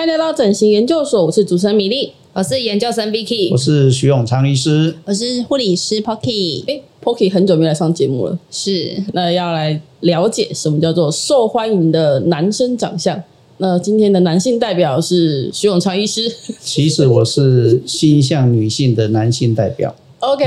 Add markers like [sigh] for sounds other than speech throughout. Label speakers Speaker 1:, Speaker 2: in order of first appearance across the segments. Speaker 1: 迎来到整形研究所，我是主持人米粒，
Speaker 2: 我是研究生 Vicky，
Speaker 3: 我是徐永昌医师。
Speaker 2: 我是护理师 Pocky，
Speaker 1: 哎，Pocky 很久没来上节目了，
Speaker 2: 是
Speaker 1: 那要来了解什么叫做受欢迎的男生长相。那今天的男性代表是徐永昌医师
Speaker 3: 其实我是心向女性的男性代表，
Speaker 1: ，OK，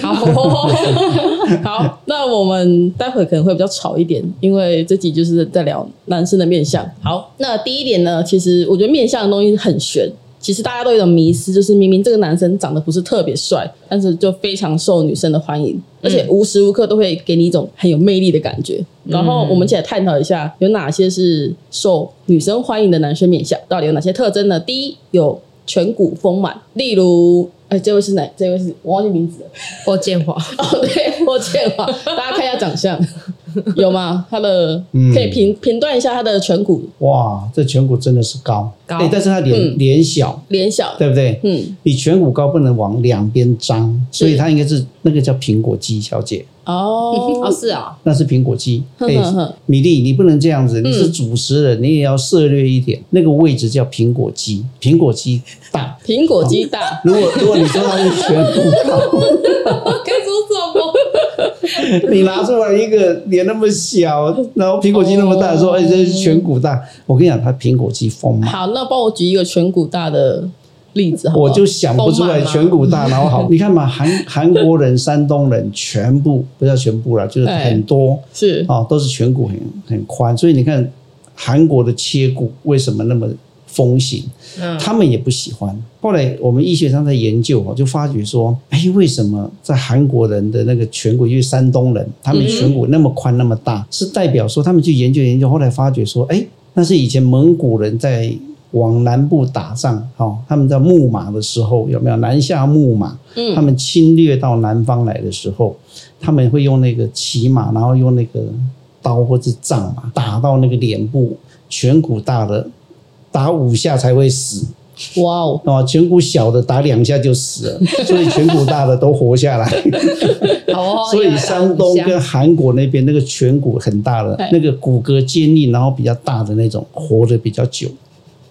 Speaker 1: 好， [laughs] 好，那我们待会可能会比较吵一点，因为这集就是在聊男生的面相。好，那第一点呢，其实我觉得面相的东西很玄，其实大家都有一种迷思，就是明明这个男生长得不是特别帅，但是就非常受女生的欢迎，而且无时无刻都会给你一种很有魅力的感觉。然后我们一起来探讨一下，有哪些是受女生欢迎的男生面相，到底有哪些特征呢？第一，有颧骨丰满，例如，哎，这位是哪？这位是我忘记名字了。 [laughs]
Speaker 2: 霍建华，
Speaker 1: 哦，对，霍建华，大家看一下长相， [laughs] 有吗？他的、
Speaker 3: 嗯
Speaker 1: 可以评评断一下他的颧骨
Speaker 3: 哇，这颧骨真的是高，
Speaker 2: 高
Speaker 3: 诶但是他
Speaker 1: 嗯
Speaker 3: 脸脸小，
Speaker 1: 脸小，
Speaker 3: 对不对？
Speaker 1: 嗯，
Speaker 3: 你颧骨高不能往两边张，所以他应该是那个叫苹果肌小姐，
Speaker 2: 哦
Speaker 1: [laughs] 哦，
Speaker 2: 是哦，
Speaker 3: 那是苹果肌。
Speaker 1: 哼
Speaker 3: 诶
Speaker 1: 哼哼
Speaker 3: 米粒，你不能这样子，你是
Speaker 1: 嗯
Speaker 3: 主持人，你也要涉略一点。那个位置叫苹果肌，苹果肌大。
Speaker 1: 苹果肌大，
Speaker 3: 如果如果你说他是颧骨高，
Speaker 2: 该哦说什么？
Speaker 3: [laughs] 你拿出来一个脸那么小，然后苹果肌那么大，
Speaker 1: 哦
Speaker 3: 说哎这是颧骨大，我跟你讲，他苹果肌丰
Speaker 2: [laughs]
Speaker 3: 满，
Speaker 1: 好，那帮我举一个颧骨大的例子好不好，
Speaker 3: 我就想不出来
Speaker 2: 丰满
Speaker 3: 颧
Speaker 2: 吗
Speaker 3: 骨大，然后好，你看嘛，韩韩国人、山东人全部不叫全部啦，就是
Speaker 1: 哎
Speaker 3: 很多
Speaker 1: 是
Speaker 3: 哦，都是颧骨很很宽，所以你看韩国的切骨为什么那么风行？
Speaker 2: 嗯，
Speaker 3: 他们也不喜欢。后来我们医学上在研究哦，就发觉说，哎，为什么在韩国人的那个颧骨，因为山东人，他
Speaker 1: 嗯
Speaker 3: 们颧骨那么宽那么大，是代表说他们去研究研究，后来发觉说，哎，那是以前蒙古人在往南部打仗，哦，他们在牧马的时候有没有南下牧马？
Speaker 1: 嗯
Speaker 3: 他们侵略到南方来的时候，他们会用那个骑马，然后用那个刀或者杖嘛，打到那个脸部，颧骨大的打五下才会死，
Speaker 1: 哇哦，
Speaker 3: 哦，颧骨小的打两下就死了，所以颧骨大的都活下来。
Speaker 2: 哦，
Speaker 3: [laughs] 所以山东跟韩国那边那个颧骨很大的
Speaker 1: 对，
Speaker 3: 那个骨骼坚硬，然后比较大的那种，活得比较久。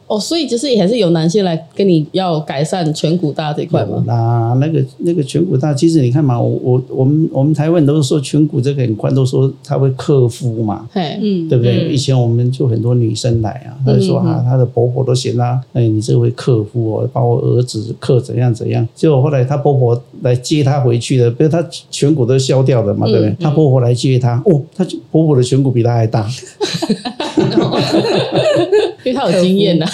Speaker 1: 哦，所以其实也还是有男性来跟你要改善颧骨大这一块
Speaker 3: 有
Speaker 1: 嘛，
Speaker 3: 啦，那个那个颧骨大，其实你看嘛，我我我们我们台湾都是说颧骨这个很宽，都说它会克夫嘛。
Speaker 1: 嘿，
Speaker 2: 嗯
Speaker 3: 对不对？
Speaker 2: 嗯
Speaker 3: 以前我们就很多女生来啊，她就说
Speaker 1: 嗯嗯
Speaker 3: 啊，她的婆婆都嫌她，哎，你这位克夫哦，把我儿子克怎样怎样。结果后来她婆婆来接她回去的，不是她颧骨都削掉了嘛，
Speaker 1: 嗯
Speaker 3: 对不对？她婆婆来接她，哦，她就婆婆的颧骨比她
Speaker 1: [laughs]
Speaker 3: 还大，
Speaker 1: 因为他有经验的。啊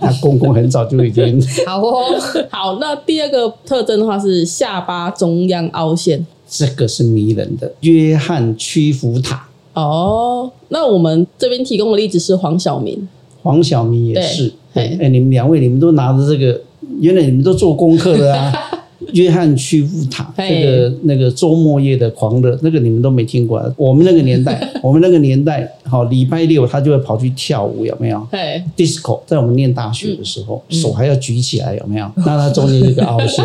Speaker 3: 她公公很早就已经
Speaker 2: 好哦，
Speaker 1: 好，那第二个特征的话是下巴中央凹陷，
Speaker 3: 这个是迷人的。约翰屈服塔，
Speaker 1: 哦，那我们这边提供的例子是黄晓明，
Speaker 3: 黄晓明也是，
Speaker 1: 对
Speaker 3: 哎
Speaker 1: 嘿，
Speaker 3: 哎你们两位，你们都拿着这个，原来你们都做功课的
Speaker 1: [laughs]
Speaker 3: 啊。约翰屈服塔，
Speaker 1: 嘿
Speaker 3: 这个那个周末夜的狂热，那个你们都没听过啊。我们那个
Speaker 1: [laughs]
Speaker 3: 年代，我们那个年代，好，礼拜六他就会跑去跳舞，有没有
Speaker 1: 嘿，
Speaker 3: ？disco，在我们念大学的时候，
Speaker 1: 嗯
Speaker 3: 手还要举起来，有没有？那他中间有一个凹
Speaker 1: [laughs]
Speaker 3: 陷。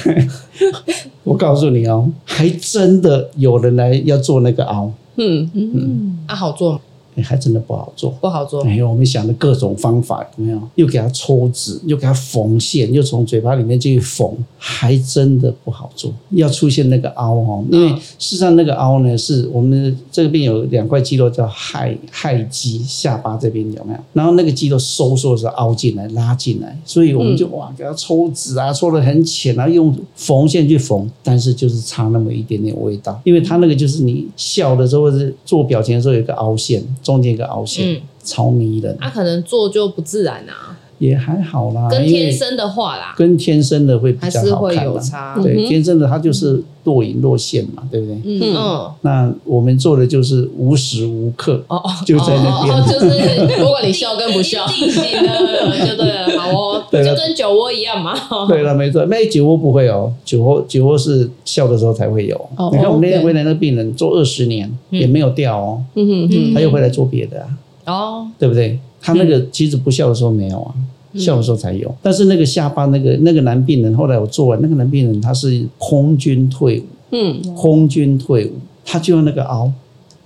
Speaker 3: [laughs] 我告诉你哦，还真的有人来要做那个凹，
Speaker 1: 嗯，
Speaker 2: 啊，好做吗
Speaker 3: 哎还真的不好做。
Speaker 2: 不好
Speaker 1: 嗯
Speaker 2: 做？
Speaker 3: 哎呦，我们想的各种方法有没有？又给它抽脂，又给它缝线，又从嘴巴里面去缝，还真的不好做。要出现那个凹哦，因为
Speaker 2: 嗯
Speaker 3: 事实上那个凹呢，是我们的这边有两块肌肉叫亥亥肌，下巴这边有没有？然后那个肌肉收缩是凹进来、拉进来，所以我
Speaker 2: 嗯
Speaker 3: 们就、哇给它抽脂啊，抽的很浅啊，用缝线去缝，但是就是差那么一点点味道，因为它那个就是你笑的时候或者是做表情的时候有一个凹陷，中间有一个凹陷。
Speaker 2: 嗯，
Speaker 3: 超迷人，
Speaker 2: 啊，可能做就不自然啊，
Speaker 3: 也还好啦，
Speaker 2: 跟
Speaker 3: 因为
Speaker 2: 天生的话啦，
Speaker 3: 跟天生的会比
Speaker 2: 还
Speaker 3: 较
Speaker 2: 是
Speaker 3: 好
Speaker 2: 会
Speaker 3: 看
Speaker 2: 有
Speaker 3: 啦。
Speaker 2: 差。
Speaker 1: 嗯
Speaker 3: 对，
Speaker 1: 哼
Speaker 3: 天生的它就是若隐若现嘛，对不对？
Speaker 2: 嗯嗯，哦
Speaker 3: 那我们做的就是无时无刻
Speaker 2: 哦，
Speaker 3: 就在那
Speaker 2: 哦，
Speaker 3: 边，
Speaker 2: 就是
Speaker 1: 不管你笑跟不笑，
Speaker 2: 定型的 [laughs] 就对啊了，好哦，
Speaker 3: 对
Speaker 2: 就
Speaker 3: 了
Speaker 2: 跟酒窝一样嘛。
Speaker 3: 对了，没错，那酒窝不会哦，酒窝酒窝是笑的时候才会有
Speaker 1: 哦。
Speaker 3: 你看我们那
Speaker 1: 哦
Speaker 3: 天
Speaker 1: ，OK
Speaker 3: 回来那个病人做二十年也没有掉哦，
Speaker 1: 嗯哼哼，
Speaker 3: 他又回来做别的啊，
Speaker 2: 哦，
Speaker 3: 对不对？他那
Speaker 2: 嗯
Speaker 3: 个其实不笑的时候没有啊。笑的时候才有，但是那个下巴那个那个男病人，后来我做完那个男病人，他是空军退伍，
Speaker 1: 嗯，
Speaker 3: 空军退伍，他就用那个凹，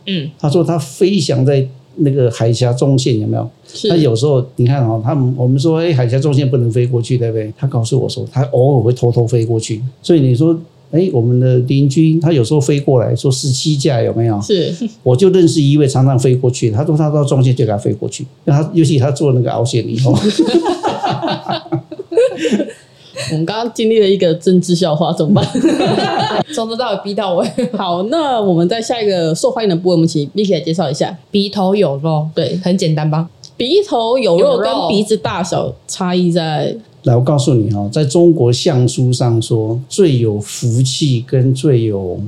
Speaker 2: 嗯，
Speaker 3: 他说他飞翔在那个海峡中线有没有？
Speaker 1: 是
Speaker 3: 那有时候你看哦，他们我们说，哎、海峡中线不能飞过去，对不对？他告诉我说，他偶尔会偷偷飞过去。所以你说，哎、我们的邻居他有时候飞过来说十七架有没有？
Speaker 1: 是
Speaker 3: 我就认识一位常常飞过去，他说他到中线就给他飞过去，那他尤其他做那个凹陷以后，
Speaker 1: 我们刚刚经历了一个政治笑话，怎么办？
Speaker 2: [laughs] 哎从头到尾逼到尾，
Speaker 1: 好，那我们在下一个受欢迎的部位，我们请 Vicky 来介绍一下。
Speaker 2: [laughs] 鼻头有肉，
Speaker 1: 对
Speaker 2: 很简单吧？
Speaker 1: 鼻头有肉
Speaker 2: 有肉
Speaker 1: 跟鼻子大小差异在
Speaker 3: 来，我告诉你哦，在中国相书上说，最有福气跟最有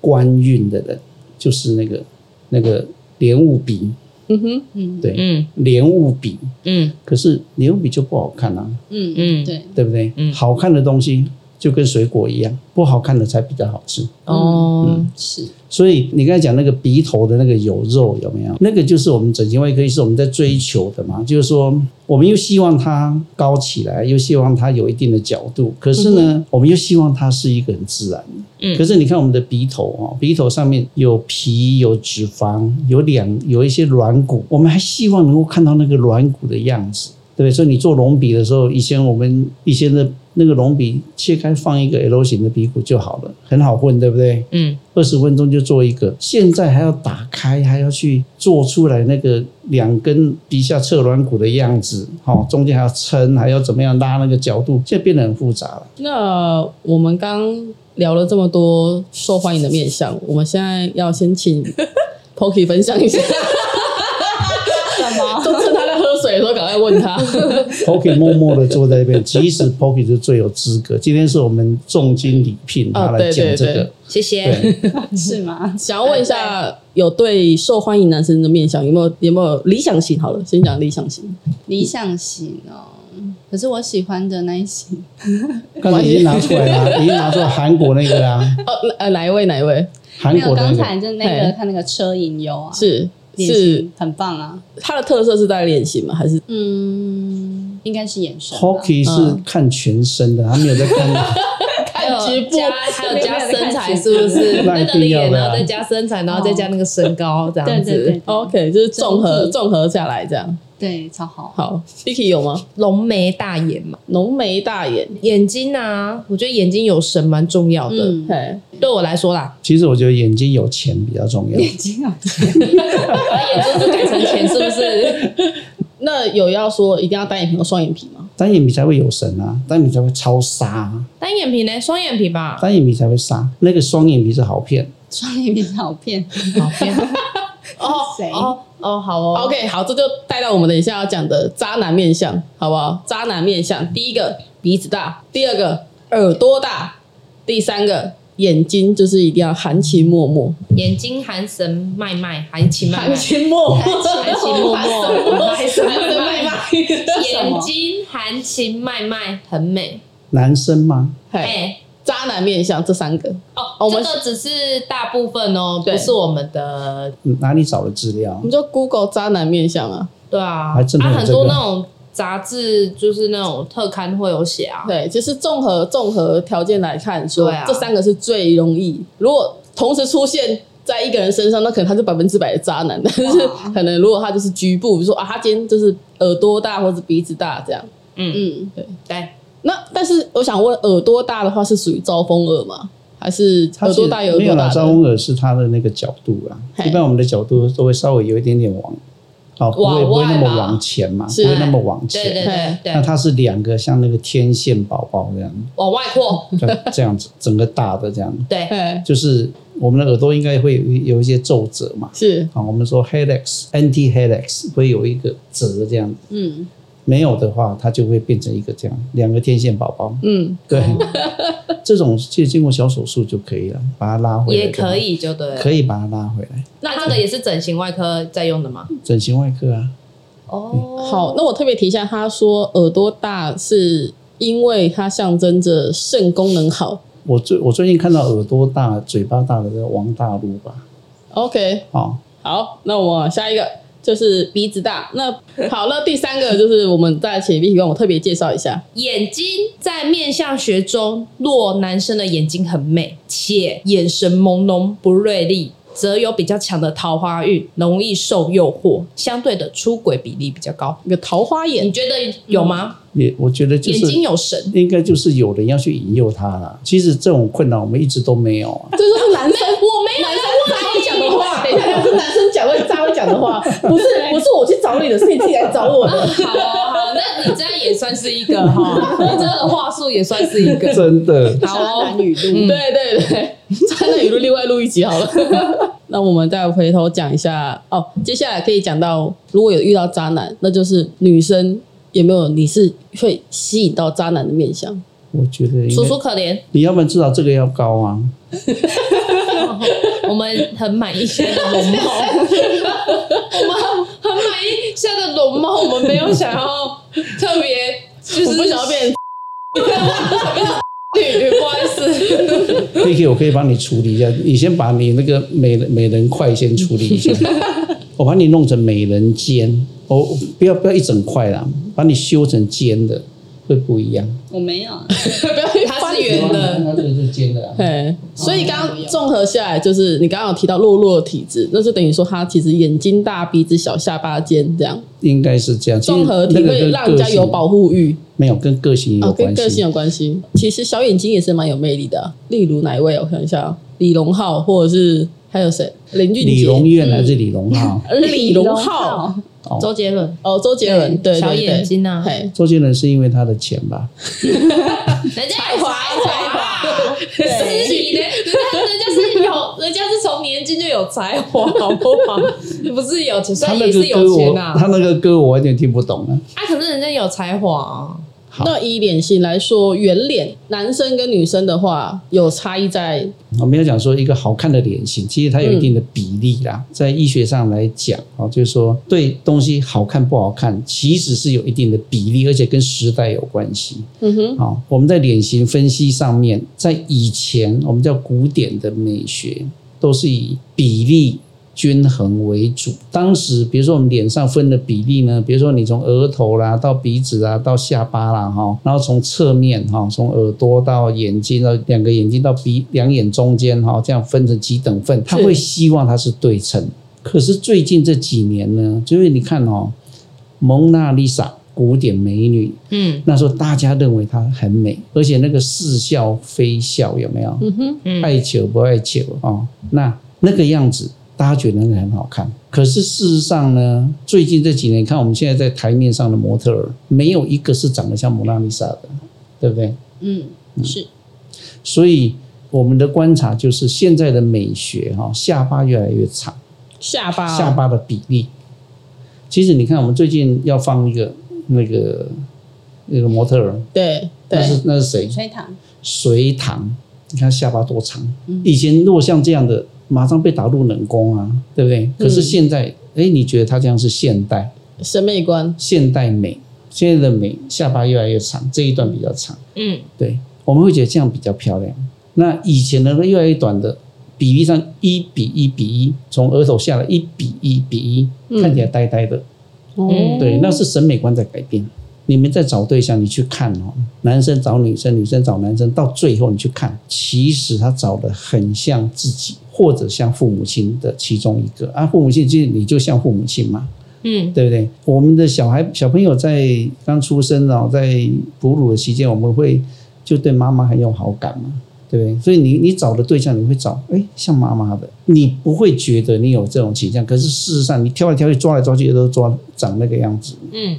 Speaker 3: 官运的人，就是那个那个莲雾鼻，
Speaker 1: 嗯哼，
Speaker 2: 嗯
Speaker 3: 对
Speaker 2: 嗯
Speaker 3: 莲雾鼻。
Speaker 2: 嗯
Speaker 3: 可是莲雾鼻就不好看啊，
Speaker 1: 嗯
Speaker 2: 嗯
Speaker 1: 对，
Speaker 3: 对不对？
Speaker 2: 嗯
Speaker 3: 好看的东西就跟水果一样，不好看的才比较好吃。
Speaker 2: 哦，
Speaker 1: 是
Speaker 3: 所以你刚才讲那个鼻头的那个有肉有没有？那个就是我们整形外科医师我们在追求的嘛，就是说我们又希望它高起来，又希望它有一定的角度，可是呢，我们又希望它是一个很自然的。
Speaker 2: 嗯
Speaker 3: 可是你看我们的鼻头哦，鼻头上面有皮、有脂肪、有两有一些软骨，我们还希望能够看到那个软骨的样子。对不对？所以你做隆鼻的时候，以前我们以前的那个隆鼻切开放一个 L 型的鼻骨就好了，很好混，对不对？
Speaker 2: 嗯
Speaker 3: 二十分钟就做一个，现在还要打开，还要去做出来那个两根鼻下侧软骨的样子，好、中间还要撑，还要怎么样拉那个角度，现在变得很复杂了。
Speaker 1: 那我们刚聊了这么多受欢迎的面相，我们现在要先
Speaker 4: [laughs]
Speaker 1: 请 Pocky 分享一下，[laughs]
Speaker 2: 什么？
Speaker 1: 就趁他在喝水的时候，赶快问
Speaker 4: [laughs]
Speaker 1: 他。 [laughs]
Speaker 3: Poki 默默的坐在那边，其实 Poki 是最有资格。今天是我们重金礼聘
Speaker 1: 哦
Speaker 3: 他来讲
Speaker 1: 对对
Speaker 3: 这
Speaker 1: 对
Speaker 3: 个，
Speaker 2: 谢谢。
Speaker 3: 对
Speaker 4: 是吗？
Speaker 1: 想要问一下，有对受欢迎男生的面相有没有有没有理想型？好了，先讲理想
Speaker 4: [laughs]
Speaker 1: 型。
Speaker 4: 理想型哦，可是我喜欢的那一型，
Speaker 3: 刚才已经拿出
Speaker 1: [laughs]
Speaker 3: 来了，啊已经拿出来韩国那个啦，
Speaker 1: 哦，哪呃，哪一位？哪一位？
Speaker 3: 韩
Speaker 4: 没
Speaker 3: 国
Speaker 4: 有
Speaker 3: 的那
Speaker 4: 刚
Speaker 3: 个。
Speaker 4: 才就那
Speaker 1: 嘿
Speaker 4: 个看那个车银优啊，
Speaker 1: 是
Speaker 4: 脸
Speaker 1: 是
Speaker 4: 型很棒啊，
Speaker 1: 他的特色是在脸型吗？还是
Speaker 4: 嗯，应该是眼神
Speaker 1: 嗯
Speaker 4: 吧，
Speaker 3: Poki 是看全身的，他没有在看。
Speaker 2: 还有
Speaker 1: 直播
Speaker 2: 加还有加身材，是不是？
Speaker 3: 那
Speaker 2: 那
Speaker 3: 一
Speaker 2: 个
Speaker 3: 定要
Speaker 2: 脸，
Speaker 3: 的啊
Speaker 2: 然后再加身材，然后再加
Speaker 1: 哦
Speaker 2: 那个身高，这样
Speaker 4: 对对
Speaker 2: 子。
Speaker 4: 对
Speaker 1: OK？就是综合
Speaker 4: 整体
Speaker 1: 综合下来这样。
Speaker 4: 对，超好， [laughs]
Speaker 1: 好，Vicky 有吗？
Speaker 2: 浓眉大眼嘛，
Speaker 1: 浓眉大眼，
Speaker 2: 眼睛啊，我觉得眼睛有神蛮重要的。
Speaker 4: 嗯，
Speaker 1: 嘿，
Speaker 2: 对我来说啦，
Speaker 3: [laughs] 其实我觉得眼睛有钱比较重要。
Speaker 4: 眼睛好，
Speaker 2: 把眼珠子改成钱，是不是？
Speaker 1: [laughs] 那有要说一定要单眼皮和双眼皮吗？
Speaker 3: 单眼皮才会有神啊，单眼皮才会超杀、啊，
Speaker 2: 单眼皮呢？双眼皮吧。
Speaker 3: 单眼皮才会杀。那个双眼皮是好骗，
Speaker 4: 双眼皮好骗，
Speaker 2: 好天啊 [laughs] 哦
Speaker 4: 谁
Speaker 2: 哦哦，好哦。
Speaker 1: OK，好，这就带到我们等一下要讲的渣男面相，好不好？渣男面相，第一个鼻子大，第二个耳朵大，第三个眼睛就是一定要含情脉脉，
Speaker 2: 眼睛含神脉脉，含情脉
Speaker 1: 含
Speaker 2: 脉，
Speaker 1: 情脉脉，
Speaker 2: 含情脉
Speaker 1: [laughs]
Speaker 2: 脉，含神
Speaker 1: 含情脉
Speaker 2: 脉
Speaker 1: 脉
Speaker 2: 脉。，眼睛含情脉脉，很美。
Speaker 3: 男生吗？
Speaker 2: 哎、
Speaker 1: 嘿，渣男面相这三个，
Speaker 2: 哦，
Speaker 1: 我们
Speaker 2: 这个只是大部分哦，
Speaker 1: 对
Speaker 2: 不是我们的，
Speaker 3: 哪里找的资料
Speaker 1: 我们？就 Google 渣男面相啊，
Speaker 2: 对啊，
Speaker 3: 还真的
Speaker 2: 啊，
Speaker 3: 有
Speaker 2: 很
Speaker 3: 这
Speaker 2: 多
Speaker 3: 个
Speaker 2: 那种杂志就是那种特刊会有写啊，
Speaker 1: 对，就是综合综合条件来看说，
Speaker 2: 对啊
Speaker 1: 这三个是最容易。如果同时出现在一个人身上，那可能他是百分之百的渣男。但是可能如果他就是局部，比如说啊，他今天就是耳朵大或者鼻子大这样。
Speaker 2: 嗯，
Speaker 4: 嗯，
Speaker 2: 对，
Speaker 1: 那但是我想问，耳朵大的话是属于招风耳吗？还是
Speaker 3: 他
Speaker 1: 耳朵
Speaker 3: 是
Speaker 1: 大有耳
Speaker 3: 没
Speaker 1: 朵
Speaker 3: 有
Speaker 1: 大
Speaker 3: 啦，
Speaker 1: 的
Speaker 3: 招？风耳是他的那个角度啦。
Speaker 1: 嘿
Speaker 3: 一般我们的角度都会稍微有一点点往，哦，不会
Speaker 2: 往
Speaker 3: 不会那
Speaker 2: 外吧
Speaker 3: 么往前嘛，
Speaker 1: 是
Speaker 3: 不会那么往
Speaker 2: 对对
Speaker 3: 前。
Speaker 2: 对
Speaker 3: 那
Speaker 2: 对，
Speaker 3: 它是两个像那个天线宝宝这样，
Speaker 2: 往外扩，
Speaker 3: 就这样子整个大的这样，
Speaker 2: 对，
Speaker 1: 哎，
Speaker 3: 就是我们的耳朵应该会有一有一些皱褶嘛。
Speaker 1: 是
Speaker 3: 啊，我们说 helix、anti helix 会有一个折这样子。
Speaker 4: 嗯，
Speaker 3: 没有的话，它就会变成一个这样两个天线宝宝。
Speaker 1: 嗯，
Speaker 3: 对，
Speaker 2: 嗯
Speaker 3: 这种其实经过小手术就可以了，把它拉回来
Speaker 2: 也
Speaker 3: 就好
Speaker 2: 可，以就对了。
Speaker 3: 可以把它拉回来。
Speaker 2: 那这个也是整形外科在用的吗？
Speaker 3: 整形外科啊，
Speaker 2: 哦，
Speaker 1: 好。那我特别提一下，他说耳朵大是因为它象征着肾功能好。
Speaker 3: 我最我最近看到耳朵大、嘴巴大的叫王大陆吧？
Speaker 1: OK，
Speaker 3: 哦，
Speaker 1: 好，那我下一个就是鼻子大。那好，那第三个就是我们在前 V 帮我特别介绍一
Speaker 2: [laughs]
Speaker 1: 下。
Speaker 2: 眼睛在面相学中，若男生的眼睛很美，且眼神朦胧不锐利，则有比较强的桃花运，容易受诱惑，相对的出轨比例比较高。
Speaker 1: 一个桃花
Speaker 2: 你
Speaker 1: 眼，
Speaker 2: 觉得有吗？
Speaker 3: 也我觉得嗯就
Speaker 2: 眼
Speaker 3: 是
Speaker 2: 睛有神，
Speaker 3: 应该就是有人要去引诱他了。其实这种困扰我们一直都没有啊。
Speaker 1: 这就是男生
Speaker 2: 我没有
Speaker 1: 男
Speaker 2: 在
Speaker 1: 生才会
Speaker 2: 问
Speaker 1: 讲
Speaker 2: 你
Speaker 1: 的话。等一下，是男生讲会才会讲的话，不
Speaker 2: [laughs]
Speaker 1: 是不是我去找你的，是你自己来找我的。
Speaker 2: 好哦，好，那你这样也算是一个哈，你这个话术也算是一个。
Speaker 3: 真
Speaker 2: [laughs]
Speaker 3: 的，
Speaker 4: 不喜欢
Speaker 2: 好哦
Speaker 4: 男语录。
Speaker 2: 嗯
Speaker 1: 对对对，穿了语录另外录一集好了。
Speaker 2: [laughs]
Speaker 1: 那我们再回头讲一下哦，接下来可以讲到，如果有遇到渣男，那就是女生有没有你是会吸引到渣男的面相？
Speaker 3: 我觉得应
Speaker 2: 楚
Speaker 3: 该
Speaker 2: 楚可怜，
Speaker 3: 你要不然至少这个要高啊。
Speaker 2: 我们很满意现在的容貌，我们很满意现在的容貌，我们没有想要特别，就是
Speaker 1: 我不想要 [laughs] 变啊 [laughs]
Speaker 2: 女，不好
Speaker 3: [laughs]
Speaker 2: 意思，
Speaker 3: 那个我可以帮你处理一下，你先把你那个美美人块先处理一
Speaker 1: [laughs]
Speaker 3: 下，我把你弄成美人尖，我我不要不要一整块啦，把你修成尖的会不一样。
Speaker 4: 我没有啊，
Speaker 2: 它是圆的，
Speaker 3: 那这个是
Speaker 1: [laughs]
Speaker 3: 尖的、啊。
Speaker 1: 哎，所以刚刚综合下来，就是你刚刚有提到弱弱的体质，那就等于说他其实眼睛大、鼻子小、下巴尖这样，
Speaker 3: 应该是这样，其实
Speaker 1: 综合体
Speaker 3: 那个
Speaker 1: 会
Speaker 3: 跟
Speaker 1: 让人家有
Speaker 3: 个性
Speaker 1: 保护欲。
Speaker 3: 没有跟个性也
Speaker 1: 哦，
Speaker 3: 有
Speaker 1: 跟
Speaker 3: 关
Speaker 1: 个
Speaker 3: 系
Speaker 1: 性。有关系。其实小眼睛也是蛮有魅力的啊、例如哪一位？我看一下、啊，李荣浩，或者是还有谁？林俊杰、
Speaker 3: 李荣苑还是李荣
Speaker 1: [laughs]
Speaker 3: 浩？
Speaker 1: 呃李荣浩，
Speaker 4: 浩，
Speaker 2: 周杰伦，
Speaker 1: 哦，周杰伦，对，对
Speaker 2: 小眼，睛啊
Speaker 1: 对，嘿，
Speaker 3: 周杰伦是因为他的钱吧？
Speaker 2: 人家有才华，啊
Speaker 1: 对
Speaker 2: 是你的，人家人家是有，人家是从年轻就有才华，好不好？不是有钱，虽
Speaker 3: 他
Speaker 2: 然
Speaker 3: 那
Speaker 2: 也
Speaker 3: 个
Speaker 2: 是有
Speaker 3: 歌
Speaker 2: 钱
Speaker 3: 我，
Speaker 1: 啊
Speaker 2: 呐、
Speaker 3: 他那个歌我完全听不懂啊。
Speaker 2: 啊，可是人家有才华、啊，
Speaker 3: 好
Speaker 1: 那以脸型来说，圆脸，男生跟女生的话有差异在，
Speaker 3: 我们要啊讲说一个好看的脸型，其实它有一定的比例啦，在医学上来讲，哦，就是说对东西好看不好看，其实是有一定的比例，而且跟时代有关系。
Speaker 1: 嗯哼，
Speaker 3: 好、我们在脸型分析上面，在以前我们叫古典的美学，都是以比例均衡为主。当时，比如说我们脸上分的比例呢，比如说你从额头啦到鼻子啊到下巴啦哈，然后从侧面哈，从耳朵到眼睛到两个眼睛到鼻两眼中间哈，这样分成几等份，他
Speaker 1: 是
Speaker 3: 会希望它是对称。可是最近这几年呢，就是你看哦，蒙娜丽莎古典美女，
Speaker 2: 嗯
Speaker 3: 那时候大家认为她很美，而且那个似笑非笑有没有？
Speaker 1: 嗯哼，
Speaker 2: 嗯，
Speaker 3: 爱球不爱球哦，那那个样子，大家觉得那个很好看。可是事实上呢，最近这几年，看我们现在在台面上的模特儿，没有一个是长得像蒙娜丽莎的，对不对？
Speaker 4: 嗯，是
Speaker 3: 所以我们的观察就是，现在的美学哈、哦，下巴越来越长。
Speaker 1: 下巴，
Speaker 3: 下，巴的比例。其实你看，我们最近要放一个那个那个模特儿，
Speaker 1: 对
Speaker 3: 那
Speaker 1: 对
Speaker 3: 是那是谁？
Speaker 4: 吹
Speaker 1: 哦
Speaker 4: 糖，
Speaker 3: 隋唐，你看下巴多长
Speaker 4: 嗯？
Speaker 3: 以前如果像这样的，马上被打入冷宫啊，对不对？可
Speaker 1: 嗯
Speaker 3: 是现在，哎、你觉得他这样是现代
Speaker 1: 审美观，
Speaker 3: 现代美？现在的美下巴越来越长，这一段比较长，
Speaker 2: 嗯，
Speaker 3: 对，我们会觉得这样比较漂亮。那以前的越来越短的比例上一比一比一，从额头下来一比一比一，
Speaker 1: 嗯
Speaker 3: 看起来呆呆的，
Speaker 1: 哦
Speaker 3: 对，那是审美观在改变。你们在找对象，你去看哦，男生找女生，女生找男生，到最后你去看，其实他找的很像自己，或者像父母亲的其中一个啊。父母亲就是你就像父母亲嘛，
Speaker 2: 嗯，
Speaker 3: 对不对？我们的小孩小朋友在刚出生哦，在哺乳的期间，我们会就对妈妈很有好感嘛，对不对？所以你你找的对象，你会找哎像妈妈的，你不会觉得你有这种倾向，可是事实上你挑来挑去、抓来抓去都抓长那个样子，
Speaker 2: 嗯，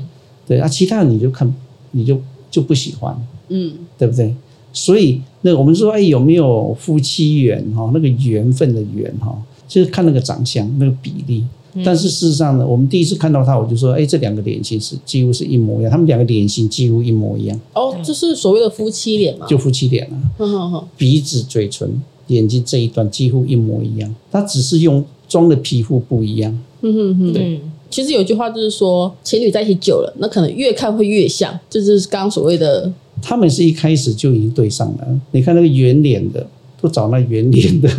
Speaker 3: 对啊，其他的你就看你就就不喜欢，
Speaker 4: 嗯，
Speaker 3: 对不对？所以那我们说，哎，有没有夫妻缘哈、那个缘分的缘哈、就是看那个长相那个比例。但是事实上呢，我们第一次看到他，我就说，哎，这两个脸型是几乎是一模一样，他们两个脸型几乎一模一样，
Speaker 1: 哦，就是所谓的夫妻脸嘛，
Speaker 3: 就夫妻脸啊，
Speaker 1: 嗯哼哼，
Speaker 3: 鼻子、嘴唇、眼睛这一段几乎一模一样，他只是用装的皮肤不一样。
Speaker 1: 嗯哼哼。
Speaker 2: 嗯，
Speaker 1: 其实有句话就是说，情侣在一起久了，那可能越看会越像，这就是刚刚所谓
Speaker 3: [laughs]
Speaker 1: 的
Speaker 3: 他们是一开始就已经对上了，你看那个圆脸的，都找那圆脸的，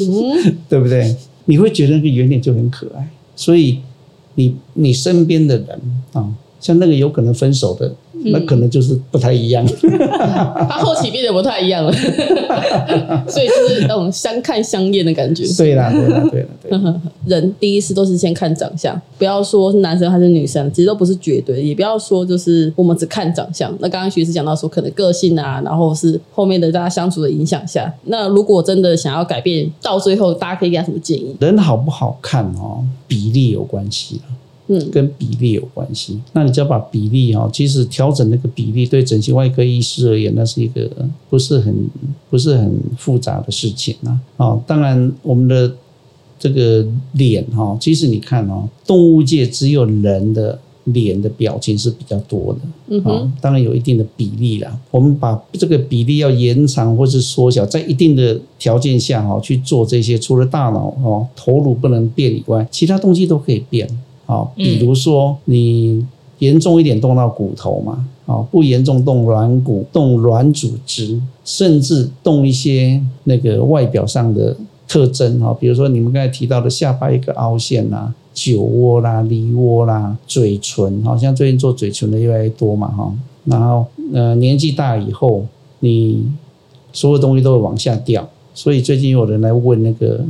Speaker 3: [laughs] 对不对？你会觉得那个圆脸就很可爱，所以你你身边的人啊、像那个有可能分手的，那可能就是不太一样。
Speaker 1: 它后期变得不太一样了， [laughs] 所以就是那种相看相厌的感觉。
Speaker 3: 对啦，对啦，对啦，对啦。
Speaker 1: [laughs] 人第一次都是先看长相，不要说是男生还是女生，其实都不是绝对，也不要说就是我们只看长相。那刚刚徐师讲到说，可能个性啊，然后是后面的大家相处的影响下，那如果真的想要改变，到最后大家可以给他什么建议？
Speaker 3: 人好不好看哦，比例有关系啦。
Speaker 1: 嗯
Speaker 3: 跟比例有关系。那你只要把比例哦，其实调整那个比例，对整形外科医师而言，那是一个呃不是很不是很复杂的事情啊。哦，当然我们的这个脸哈、哦，其实你看哦，动物界只有人的。脸的表情是比较多的，
Speaker 1: 嗯
Speaker 3: 啊、
Speaker 1: 哼，
Speaker 3: 当然有一定的比例啦。我们把这个比例要延长或是缩小，在一定的条件下哈、哦、去做这些，除了大脑哦头颅不能变以外，其他东西都可以变。哦，比如说你严重一点动到骨头嘛，哦，不严重动软骨、动软组织，甚至动一些那个外表上的特征哦，比如说你们刚才提到的下巴一个凹陷啦、酒窝啦、梨窝啦、嘴唇，好、像最近做嘴唇的越来越多嘛，哈、然后呃，年纪大以后，你所有东西都会往下掉，所以最近有人来问那个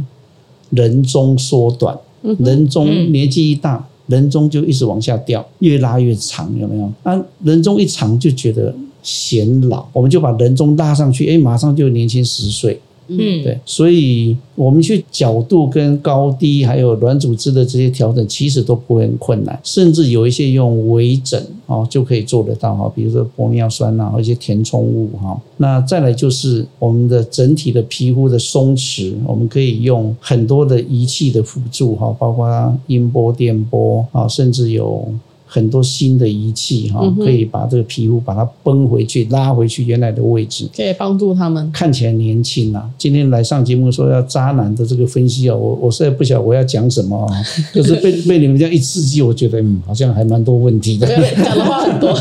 Speaker 3: 人中缩短，人中
Speaker 2: 嗯
Speaker 3: 年纪一大，人中就一直往下掉，越拉越长，有没有？啊，人中一长就觉得显老，我们就把人中拉上去，哎，马上就年轻十岁。
Speaker 2: 嗯，
Speaker 3: 对，所以我们去角度跟高低，还有软组织的这些调整，其实都不会很困难，甚至有一些用微整哦就可以做得到哈，比如说玻尿酸啊，或一些填充物哈、那再来就是我们的整体的皮肤的松弛，我们可以用很多的仪器的辅助哈、包括音波、电波啊、甚至有。很多新的仪器哈、
Speaker 1: 嗯哼
Speaker 3: 可以把这个皮肤把它绷回去、拉回去原来的位置。
Speaker 1: 可以帮助他们。
Speaker 3: 看起来年轻啊。今天来上节目说要渣男的这个分析啊，我我实在不晓得我要讲什么啊，可是被被你们这样一刺激，我觉得嗯，好像还蛮多问题的。
Speaker 1: 讲的话很多，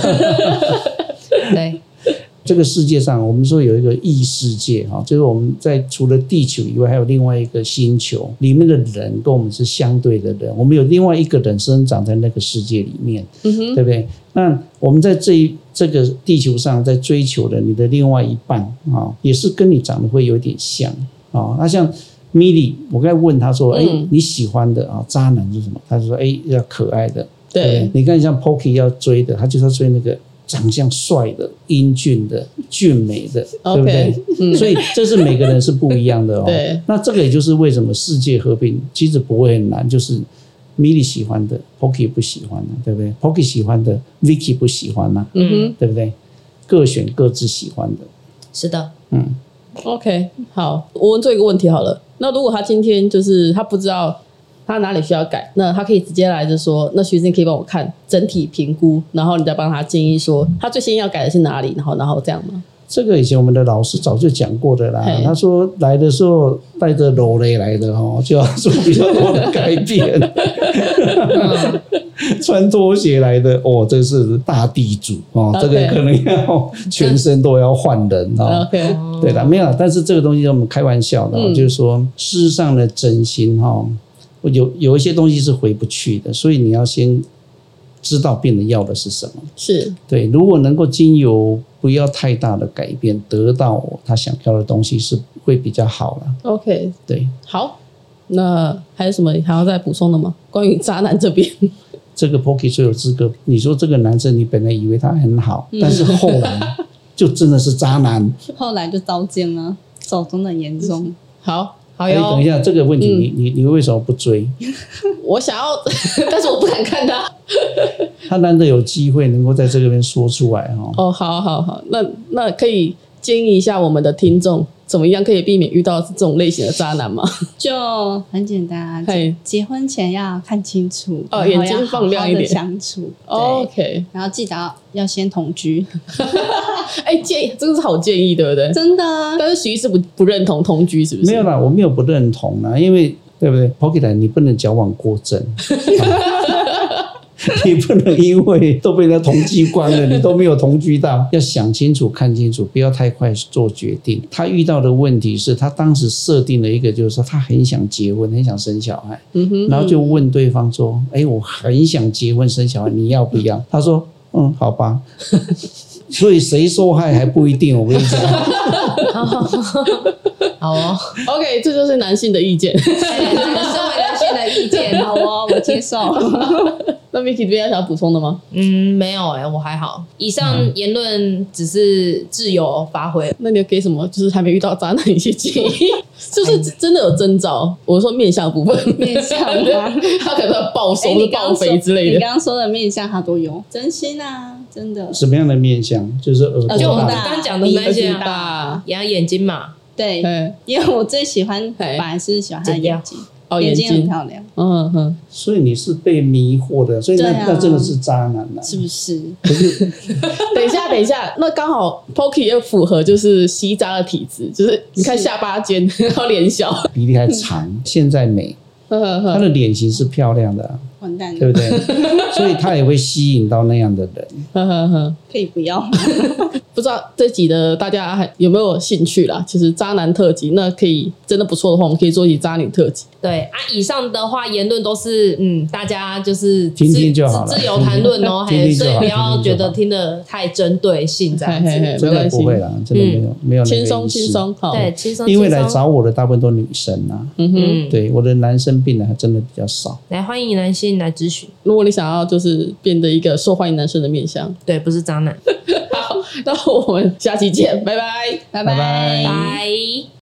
Speaker 4: 对，
Speaker 3: 这个世界上，我们说有一个异世界哈，就是我们在除了地球以外，还有另外一个星球，里面的人跟我们是相对的人，我们有另外一个人生长在那个世界里面，
Speaker 1: 嗯哼，
Speaker 3: 对不对？那我们在这一这个地球上在追求的你的另外一半啊、也是跟你长得会有点像啊、那像米莉，我刚才问他说：“哎、
Speaker 1: 嗯
Speaker 3: 你喜欢的啊、渣男是什么？”他就说：“哎，要可爱的。”
Speaker 1: 对，
Speaker 3: 你看像 Pocky 要追的，他就是要追那个长相帅的、英俊的、俊美的，对不对
Speaker 1: OK，嗯
Speaker 3: 所以这是每个人是不一样的哦。
Speaker 1: [laughs] 对，
Speaker 3: 那这个也就是为什么世界和平其实不会很难，就是。Milly 喜欢的，Pocky 不喜欢的，对不对？Pocky 喜欢的，Vicky 不喜欢呐、啊
Speaker 1: 嗯
Speaker 3: 对不对？各选各自喜欢的，
Speaker 4: 是的，
Speaker 3: 嗯，
Speaker 1: 哼，OK，好，我问最后一个问题好了。那如果他今天就是他不知道他哪里需要改，那他可以直接来就说，那徐生可以帮我看整体评估，然后你再帮他建议说他最先要改的是哪里，然后然后这样吗？
Speaker 3: 这个以前我们的老师早就讲过的啦
Speaker 1: 嘿。
Speaker 3: 他说来的时候带着柔雷来的哦，就要做比较多的改变。
Speaker 2: 嗯 [laughs]
Speaker 3: 穿拖鞋来的哦，这是大地主哦，
Speaker 1: OK
Speaker 3: 这个可能要全身都要换人哦。
Speaker 1: OK，
Speaker 3: 对的，没有啦，但是这个东西我们开玩笑的哦，
Speaker 1: 嗯
Speaker 3: 就是说事实上的整形哈、哦，有有一些东西是回不去的，所以你要先知道病人要的是什么。
Speaker 1: 是，
Speaker 3: 对，如果能够经由不要太大的改变，得到他想要的东西是会比较好了。
Speaker 1: OK，
Speaker 3: 对，
Speaker 1: 好，那还有什么还要再补充的吗？关于渣男这边，
Speaker 3: 这个 Pocky 最有资格。你说这个男生，你本来以为他很好，但是后来就真的是渣男。
Speaker 4: 后来就遭奸了，手中的严重，
Speaker 1: 好，好
Speaker 3: 哎，
Speaker 1: 哟
Speaker 3: 等一，下，这个问题你你你为什么不追？
Speaker 1: 我想要， [laughs] 但是我不敢看他。
Speaker 3: 他难得有机会能够在这个边说出来哈、哦。
Speaker 1: 哦，好好好，那那可以建议一下我们的听众，怎么样可以避免遇到这种类型的渣男吗？
Speaker 4: 就很简单啊。就
Speaker 1: 嘿
Speaker 4: 结婚前要看清楚，
Speaker 1: 哦
Speaker 4: 然后
Speaker 1: 眼睛
Speaker 4: 要好
Speaker 1: 放亮
Speaker 4: 好
Speaker 1: 一
Speaker 4: 地
Speaker 1: 点哦
Speaker 4: 相处，对，
Speaker 1: ，OK，
Speaker 4: 然后记得要要先同居，
Speaker 1: 哎、建议这个是好建议，对不对？
Speaker 4: 真的啊，
Speaker 1: 但是徐医师不不认同同居，是不是？
Speaker 3: 没有啦，我没有不认同啦，因为对不对？Pocket 你不能矫枉过
Speaker 1: [laughs]
Speaker 3: 正。你不能因为都被人家同居关了，你都没有同居到，要想清楚、看清楚，不要太快做决定。他遇到的问题是他当时设定了一个，就是说他很想结婚，很想生小孩，
Speaker 1: 嗯哼，
Speaker 3: 然后就问对方说：“哎，我很想结婚生小孩，你要不要？”他说：“嗯，好吧。 [laughs] 所以谁受害还不一定，我跟你讲。
Speaker 4: 好哦，
Speaker 1: OK，这就是男性的意见。 [laughs]
Speaker 4: [laughs] 哎这个社会男性的意见，好哦，我接受。
Speaker 1: 那 Vicky 这边有想要补充的吗？
Speaker 2: 嗯，没有哎、我还好。以上言论只是自由发挥，
Speaker 1: 那你有给什么就是还没遇到渣男一些建议？ [laughs] 就是真的有征兆，我说面相部分，
Speaker 4: 哎面相吗
Speaker 1: [laughs] 他可能要暴
Speaker 4: 哎
Speaker 1: 瘦、是暴肥之类
Speaker 4: 你
Speaker 1: 的。
Speaker 4: 刚刚说的面相他都有，真心啊，真的，
Speaker 3: 什么样的面相？就是耳
Speaker 4: 耳
Speaker 2: 就我
Speaker 3: 朵
Speaker 2: 们
Speaker 3: 大，
Speaker 2: 刚刚讲的那些
Speaker 4: 耳朵大
Speaker 2: 啊，养眼睛嘛，
Speaker 4: 对，
Speaker 1: 对，
Speaker 4: 因为我最喜 [laughs] 欢，
Speaker 1: 哎
Speaker 4: 本来是喜欢他的
Speaker 2: 怎样
Speaker 4: 眼睛，
Speaker 1: 哦，
Speaker 4: 眼
Speaker 1: 眼
Speaker 4: 睛很
Speaker 1: 睛，
Speaker 4: 漂亮，
Speaker 1: 嗯哼，
Speaker 3: 所以你是被迷惑的，所以那、
Speaker 4: 对啊
Speaker 3: 那真的是渣男啊了、
Speaker 4: 是不 [laughs] 是？
Speaker 1: 等一下，等一下，那刚好 Pocky 又符合就是西渣的体质，就是你看
Speaker 4: 是
Speaker 1: 下巴尖， [laughs] 然后脸小，嗯
Speaker 3: 比例还长，嗯现在美，
Speaker 1: 呵 [laughs] 呵
Speaker 3: 她
Speaker 1: 呵
Speaker 3: 的脸型是漂亮的啊、
Speaker 4: 完蛋
Speaker 3: 对
Speaker 4: 了，
Speaker 3: 不 [laughs] 对？所以她也会吸引到那样的人。
Speaker 1: 呵呵呵。
Speaker 4: 可以不要吗？
Speaker 1: 不知道这集的大家还有没有兴趣啦？其实渣男特辑，那可以真的不错的话，我们可以做一集渣女特辑。
Speaker 2: 对啊。以上的话言论都是嗯，大家就是
Speaker 3: 听
Speaker 2: 自
Speaker 3: 听就好了
Speaker 2: 自自由谈论哦，
Speaker 3: 听
Speaker 2: 还
Speaker 3: 听就
Speaker 2: 所以
Speaker 3: 好
Speaker 2: 不要
Speaker 3: 听听就
Speaker 2: 觉
Speaker 3: 好
Speaker 2: 得听得太针对性
Speaker 3: 啊
Speaker 2: 这样
Speaker 1: 嘿嘿
Speaker 2: 子
Speaker 1: 嘿，
Speaker 3: 真的不会啦，真的没有、没有那个
Speaker 1: 轻松
Speaker 3: 意思
Speaker 1: 轻。松，好，
Speaker 2: 对，轻松
Speaker 3: 因为
Speaker 2: 轻
Speaker 3: 来
Speaker 2: 松
Speaker 3: 找我的大部分都女生啊，
Speaker 1: 嗯哼。
Speaker 2: 嗯，
Speaker 3: 对我的男生病人还真的比较少。
Speaker 2: 来欢迎男性来咨询，
Speaker 1: 如果你想要就是变得一个受欢迎男生的面相，
Speaker 2: 对，不是渣男，
Speaker 1: 好，那我们下期见，拜拜。
Speaker 4: 拜
Speaker 3: 拜拜
Speaker 2: 拜。